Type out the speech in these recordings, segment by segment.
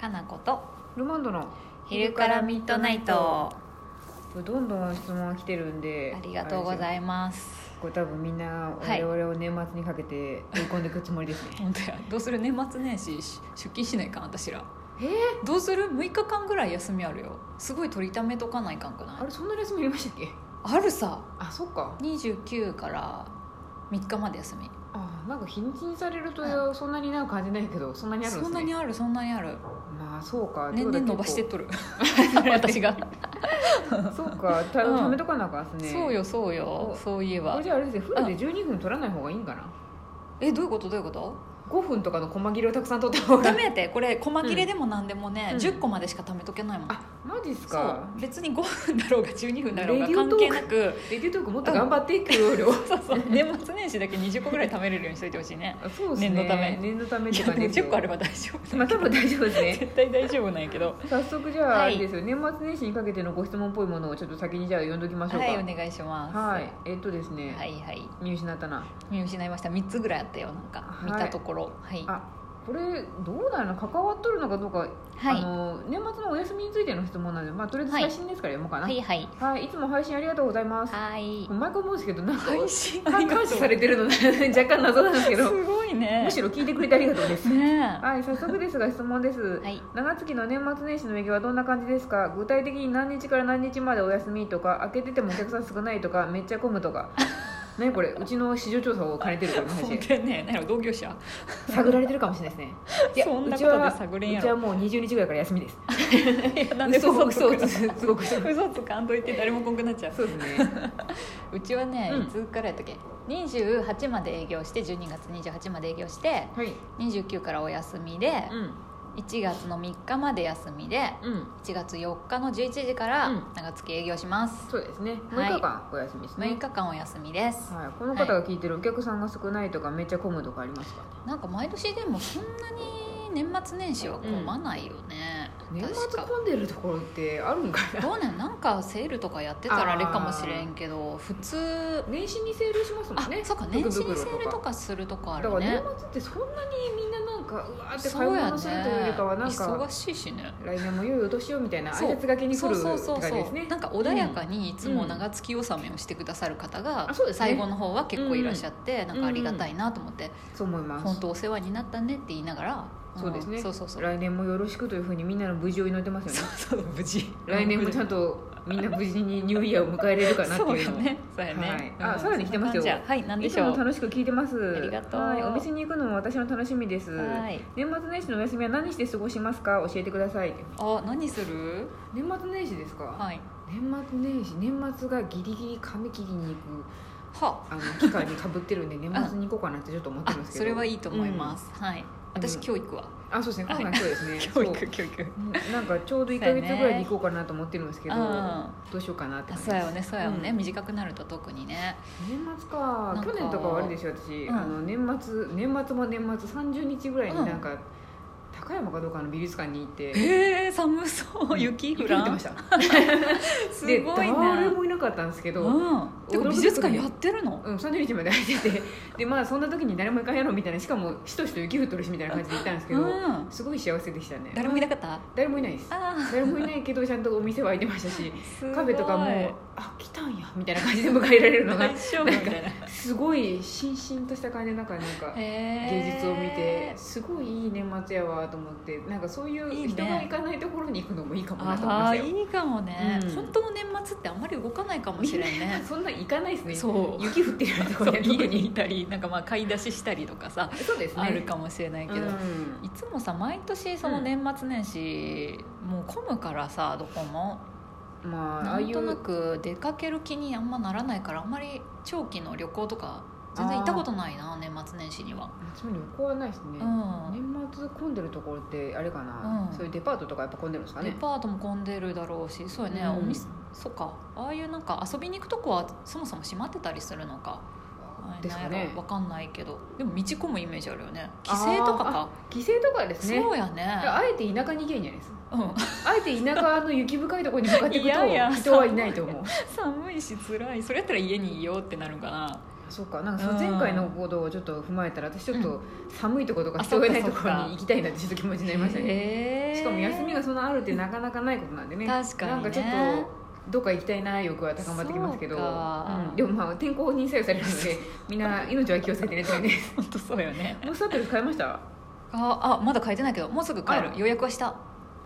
かなことルマンドの昼からミッドナイトどんどん質問来てるんでありがとうござますいますこれ多分みんなはい我々を年末にかけて追い込んでいくつも りですね、本当やどうする年末年始し出勤しないかん私らえどうする6日間ぐらい休みあるよすごい取りためとかないかんくないあれそんなに休みありましたっけあるさあそっか29から3日まで休みあなんか日にちにされるとはそんなになんか感じないけどそんなにあるんでそすんねなにあるそんなにあるまあそうか年々伸ばしてっってと る私が、ことは結構そうかたうんためとかなんかですねそうよそうよおそういえこばれじゃああれですねフルで12分取らない方がいいんかなえどういうことどういうこと5分とかの細切れをたくさん取った方 ダがメやってこれ細切れでも何でもね、うん10個までしか貯めとけないもん、あマジっすそかう別に5分だろうが12分だろうがレディ関オト係ークなくレディートークもっと頑張っていくよ量そうそう 年末年始だけ20個ぐらい貯めれるようにしといてほしいねあそうですね念のため念のため っいてや感じでもですよ10個あれば大丈夫まあ多分大丈夫ですね 絶対大丈夫なんやけど早速じゃあ、はいあれですよ年末年始にかけてのご質問っぽいものをちょっと先にじゃあ読んどきましょうかはいお願いしますはいえっとですね、はいはい見失ったな見失いました3つぐらいあったよなんかはい見たところはいあこれどうだろうな関わっとるのかどうか、はいあの年末のお休みについての質問なんで、まあ、とりあえず最新ですから読もうかなははいい、はいい、つも配信ありがとうございますはい毎回思うんですけどなんか配信ありがと感う謝されてるので 若干謎なんですけどすごいねむしろ聞いてくれてありがとうですねはい早速ですが質問です、えはい長月の年末年始の営業はどんな感じですか具体的に何日から何日までお休みとか開けててもお客さん少ないとかめっちゃ混むと か何これうちの市場調査を兼ねてるこの本話当やねなんやろ同業者探られてるかもしれないですねいやそんなうちことはで探れんやうちはろもう20日ぐらいから休みですいやなんで嘘嘘を嘘嘘嘘をつすごくしてます嘘つかんといて誰もこんくなっちゃうそうですねうちはね、うんいつからやったっけ28まで営業して12月28まで営業してはい29からお休みで、うん1月の3日まで休みでうん1月4日の11時からうん長月営業します、そうですねはい6日間お休みです6ね、日間お休みです、はい、この方が聞いてるお客さんが少ないとかめっちゃ混むとかありますかなんか毎年でもそんなに年末年始は混まないよね、年確末か混んでるところってあるんかな どうなんなんかセールとかやってたらあれかもしれんけど普通年始にセールしますもあんねそうか福年始に袋セールとかかするとかあだるからね年末ってそんなにみんななんかうわーって買いそうや物ねするというよりかはなん忙かしいしね来年も良いお年をみたいなそう挨拶がけに来そるうってそ感うそじうそう、ですねなんか穏やかにいつもうん長月納めをしてくださる方が、あそうですね最後の方は結構いらっしゃって、なんかありがたいなと思って、そう思いま本す当お世話になったねって言いながら、んそうですねそうそうそう来年もよろしくというふうにみんなの無事を祈ってますよねそうそう無事来年もちゃんとみんな無事にニューイヤーを迎えれるかなってそういうよのをねそうやね、はいあさらに来てますよそんな感じやはい何でいしつょもう楽しく聞いてますありがとうはいお店に行くのも私の楽しみですはい年末年始のお休みは何して過ごしますか教えてくださいあ何する年末年始ですかはい年末年始年末がギリギリ髪切りに行くはあの機会にかぶってるんで年末に行こうかなってちょっと思ってあるんですけどそれはいいと思います、はい私うん今日行くわ、あそうですね今回そうですね今日行く 教育そうなんかちょうど1か月ぐらいに行こうかなと思ってるんですけど、そうやねどうしようかなってあ感そじうでやすよねそうやよね、うん短くなると特にね年末かなんか去年とかはあれですよ私、うんあの年末年末も年末30日ぐらいになんか、高山かどうかの美術館に行ってえー、寒そう雪降降ら ってんましたすでごいね誰もいなかったんですけど、うんうん、でも美術館やってるの30日まで空いててでまあそんな時に誰も行かんやろみたいなしかもしとしと雪降っとるしみたいな感じで行ったんですけうど、ん、すごい幸せでしたね誰もいなかったあ誰もいないですあ誰もいないけどちゃんとお店は開いてましたしすごいカフェとかもあ来たんやみたいな感じで迎えられるのが 大丈夫みたいなすごいしんしんとした感じでなんかなんか芸芸術を見てすごいいい年末やわと思ってなんかそういいいうね人が行かないところに行くのもいいかもなと思いあまあしたよいいかもね、うん本当の年末ってあんまり動かないかもしれんねそんな行かないです ねそう雪降ってるようなとこそろうに家にいたりなんかまあ買い出ししたりとかさ、そうですねあるかもしれないけど、うんいつもさ毎年その年末年始、もう混むからさどこもまああなあんいとなうく出かける気にあんまならないからあんまり長期の旅行とか全然行ったことないな年末年始には、夏に旅行はないですねうん年末混んでるところってあれかなうんそういうデパートとかやっぱ混んでるんですかデねパートも混んでるだろうしそうやね、うんお店そっかああいうなんか遊びに行くとこはそもそも閉まってたりするのかあれですかなんやねろわかんないけどでも道混むイメージあるよね帰省とかか帰省とかですねそうやねあえて田舎に行けんじゃないですかうん、 あえて田舎の雪深いところに向かっていくいやいや と人はいないと思う寒いし辛いそれやったら家にいようってなるんかなそうかなんかその前回の行動をちょっと踏まえたら私ちょっと寒いところとか人がいないところに行きたいなってちょっと気持ちになりましたね、へえしかも休みがそんなあるってなかなかないことなんでね確かにねなんかちょっとどっか行きたいな欲は高まってきますけど、そうかうんでもまあ天候に左右されるの でみんな命は気をつけてねって感じです本当そうよねもうスタッドレス買いましたああまだ変えてないけどもうすぐ帰るあ予約はした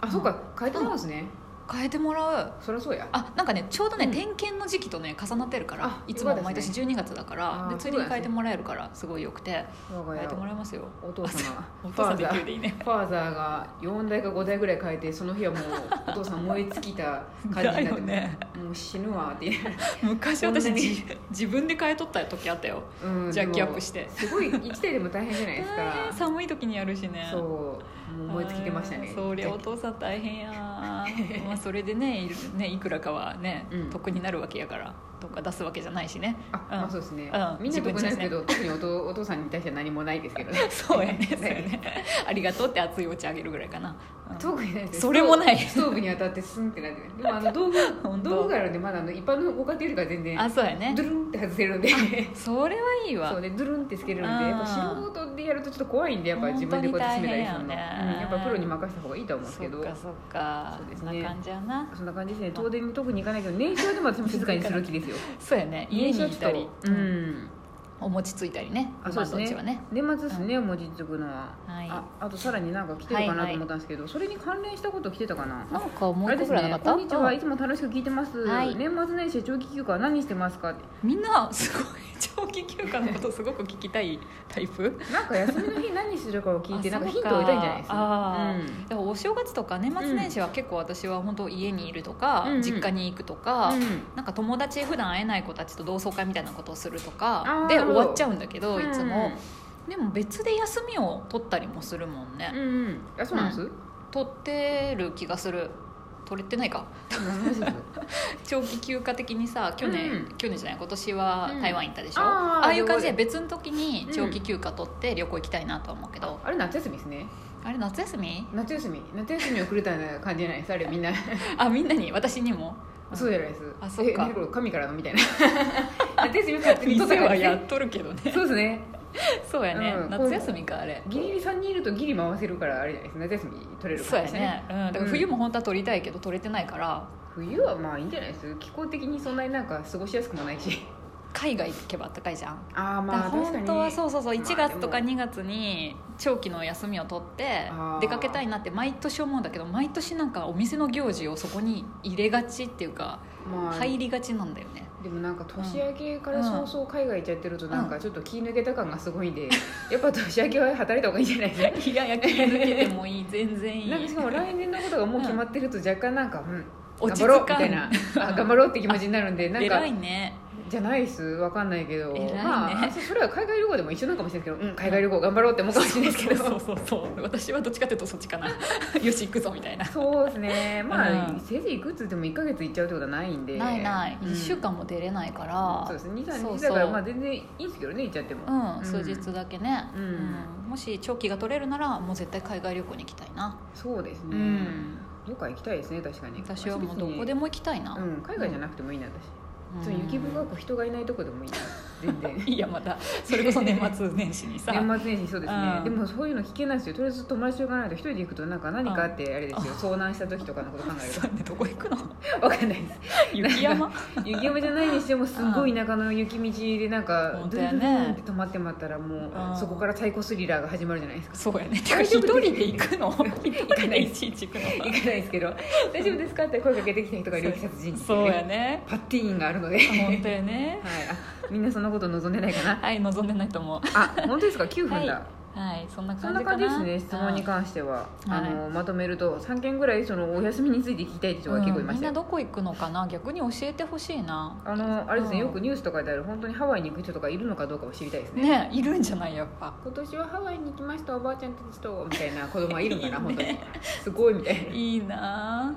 あそうか変えてもらうんですね、変えてもらうそりゃそうやあなんかねちょうどね、うん点検の時期とね重なってるからあいつもよか毎ったで年す12月だからあーでついでに変えてもらえるからすごいよくて我が変えても家らいますよお父様お父さんフでァーザ9ーでいいね ファーザーが4台か5台ぐらい変えてその日はもうお父さん燃え尽きた感じになってだよねもう死ぬわっていう昔こんな私にじ自分で変えとった時あったようんジャッキアップししてすごい一台でも大変じゃないです大変か寒い時にやるしねそうもう燃え尽きてましたあねーそりゃお父さん大変や まあそれでねいるねいくらかはね、うん得になるわけやからとか出すわけじゃないしねあ、まあそうですね、うんみんな得なんですけど特におとお父さんに対しては何もないですけどねそうやねそうやね ありがとうって熱いお茶あげるぐらいかな、うん特にないですそれもないストーブストーブに当たってスンってなってるでもあの道具本当道具があるんでまだあの一般のご家庭よりかは全然あそうやねドゥルンって外せるんでそれはいいわそうねドゥルンってつけれるんあーでやっぱ素人でやるとちょっと怖いんでやっぱ自分でこうやって詰めたりするの、本当に大変やねうんやっぱプロに任せた方がいいと思うんですそけっどかそっかそうですそねんな感じやなそんな感じですね東電に特に行かないけど年始はでも私も静かにする気ですよそうやね 家にいたり、年始はちょっとうんお餅ついたりねあそうおばんでどすちはねね年末ですね、お餅つくのは、はいああとさらになんか来てるかはないはいと思ったんですけど、それに関連したこと来てたかな、なんかもあう一個れですぐらいなね、かこった、んにちは、ういんつも楽しく聞いてます、はい年末年始長期休暇何してますかってみんなすごい長期休暇のことすごく聞きたいタイプなんか休みの日何するかを聞い てあなんかそヒうンかトを得たいんじゃないですあか、ーうん でもお正月とか年末年始は結構私は本当家にいるとか、うんうん実家に行くとか、うんなんか友達普段会えない子たちと同窓会みたいなことをするとかあーでなる終ほどわっちゃうんだけどいつも、うでも別で休みを取ったりもするもんね、んうん、うんあそうなんです、取ってる気がする取れて ないかマジです長期休暇的にさ去年、う去年じゃない今年は台湾行ったでしょ、うんああーあいう感じで旅別の時に長期休暇取って旅行行きたいなとは思うけど、あれ夏休みですねあれ夏休み夏休み夏休みをくれたような感じじゃないですあれみんなあみんなに私にもそうじゃないですあそっかえねこれ神からのみたいな夏休み勝手に店取ったかはらやねっとるけどねそうですね そうやね、うん夏休みかあれギリギリ3人いるとギリ回せるからあれじゃないです夏休み取れるそかうらやね、うん、だから冬も本当は取りたいけど取れてないから冬はまあいいんじゃないです気候的にそんなになんか過ごしやすくもないし海外行けば暖かいじゃんああだから本当はそうそうそうまあ1月とかでも2月に長期の休みを取ってあー出かけたいなって毎年思うんだけど毎年なんかお店の行事をそこに入れがちっていうかまあ、入りがちなんだよ ねでもなんか年明けから早々海外行っちゃってるとなんかちょっと気抜けた感がすごいんで、やっぱ年明けは働いた方がいいんじゃないですかいやいや気抜けてもいい全然いなんかしいかも来年のことがもう決まってると若干なんか、うん、落頑ち張ろう着みかたいなあ頑張ろうって気持ちになるんでなん偉かいねじゃないっすわかんないけど、偉いねまあそそれは海外旅行でも一緒なんかもしれないですけど、うん、海外旅行頑張ろうって思うかもしれないですけどそうそうそうそう私はどっちかっていうとそっちかな よし行くぞみたいなそうですねまあ、うんせいぜいいくつでも1か月行っちゃうってことはないんでないない、うん1週間も出れないかそうらですね23そう日そうだからまあ全然いいですけどね行っちゃっても、うん、うん数日だけね、うんうんもし長期が取れるならもう絶対海外旅行に行きたいな、そうですうね、ん、どっか行きたいですね確かに私はもうどこでも行きたいな、うん、海外じゃなくてもいいな私、うんその雪深く人がいないとこでもいいな全然いやまたそれこそ年末年始にさ年末年始そうですね、うんでもそういうの聞けないですよとりあえず友達と行かないと一人で行くとなんか何かあってあれですよ、遭難した時とかのこと考えそうねどこ行くの ると分かんないです雪山雪山じゃないにしてもすごい田舎の雪道でなんか本当ドゥやルねドゥルンって止まってまったらもうんうそこからサイコスリラーが始まるじゃないですかそうやねてか大丈一人夫ですで行くの一人でいちいち行く行かないですけど「大丈夫ですか?」って声かけてきた人が猟奇殺人の鬼そうやねパッティーンがあるので、はい、本当やねあみんなそんなこと望んでないかなはい望んでないと思うあ本当ですか9分だ、はいそんなそ感んなじか感じなですね質問に関しては、うんあのまとめると3件ぐらいそのお休みについて聞きたいって人が結構いまうんみしんたなよ、どこ行くのかな逆に教えてほしいなあのあれですねうんよくニュースとかである本当にハワイに行く人とかいるのかどうかを知りたいですねねいるんじゃないやっぱ今年はハワイに行きましたおばあちゃんたちとみたいな子供はいるのかな本 当にすごいみたいないいなあ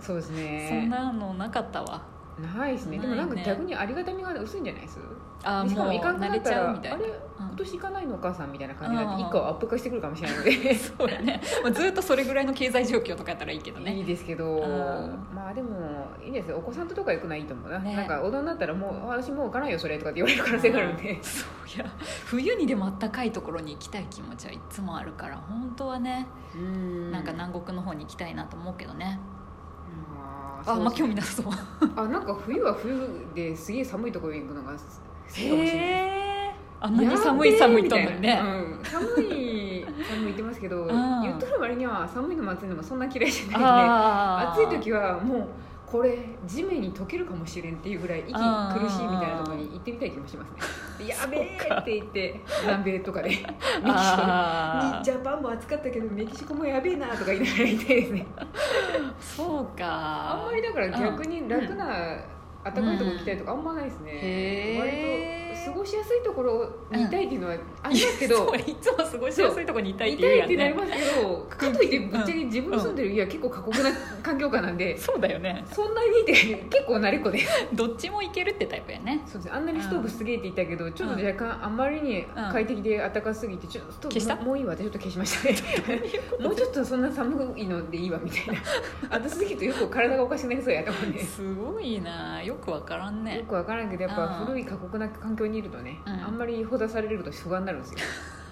そうですねそんなのなかったわないですねでもなんかないね逆にありがたみが薄いんじゃないですあーしかももう行かんく慣なれっちたゃらうみたいあなれうん今年行かないのお母さんみたいな感じになってあー一個アップ化してくるかもしれない のでそうだねもうずっとそれぐらいの経済状況とかやったらいいけどいねいですけどうんまあでもいいですよお子さんととか行くのはいいと思うな,、ねなんか大人になったらもう私もう行かないよそれとかって言われる可能性があるんでそういや冬にでもあったかいところに行きたい気持ちはいつもあるから本当はね、ななんか南国の方に行きたいなと思うけどねあーあんまそう興味なさそうあなんか冬は冬ですげえ寒いところ行くのが好きかもしれないへえあんなに寒い寒いと思う ね、うん、寒い寒い言ってますけど、ん言っとる割には寒いのも暑いのもそんな嫌いじゃないんであ暑い時ははもうこれ地面に溶けるかもしれんっていうぐらい息苦しいみたいなところに行ってみたい気もしますねやべえって言って南米とかでメキシコにジャパンも暑かったけどメキシコもやべえなとか言いながら行ってですねそうかあんまりだから逆に楽な暖かいとこ行きたいとかあんまないですへね、ー割と過ごしやすいところにいたいっていうのはありますけど、 そういつも過ごしやすいとこにいたいっ痛て言ういやっんてなりねますけどかといってぶっちゃけ自分の住んでる家は結構過酷な環境下なんでそうだよねそんなにって結構慣れっこでどっちも行けるってタイプやねそうですねあんなにストーブすげえって言ったけどちょっと若干あんまりに快適で暖かすぎてちょっとストーブ消したもういいわ私ちょっと消しました ねもうちょっとそんな寒いのでいいわみたいな暑すぎてよく体がおかしくなりそうやと思うんで。すごいなよくわからんよねくわからんけどやっぱうん古い過酷な環境にいるとね、うんあんまりほだされると不安になる んですよ、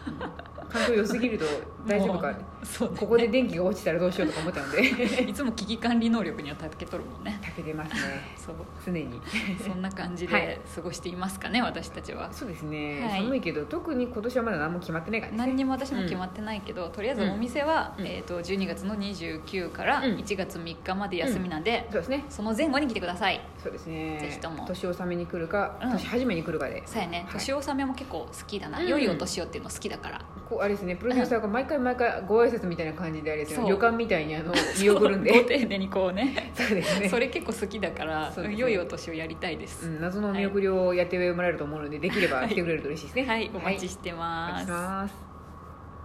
うん環境良すぎると大丈夫かもうそうねここで電気が落ちたらどうしようとか思ったのでいつも危機管理能力にはたけとるもんね 炊けてますね そう常にそんな感じはでい過ごしていますかね、私たちはそうですね、はい寒いけど特に今年はまだ何も決まってないからね何にも私も決まってないけど、とりあえずお店は、うんえー、と12月の29からうん1月3日まで休みなんで、そうですねその前後に来てくださいそうですねぜひとも年納めに来るか、うん年始めに来るかでそうやねはい年納めも結構好きだな、うん良いお年をっていうの好きだからこうあれですねプロデューサーが毎回毎回ご挨拶みたいな感じであれですよそう旅館みたいにあの見送る そうんでご丁寧にこうねそうですねそれ結構好きだから、そうですね良いお年をやりたいでうす、ん、謎のお見送りをやってもらえると思うので、できれば来てくれると嬉しいですね。はいお待ちしてます、お待ちしてます。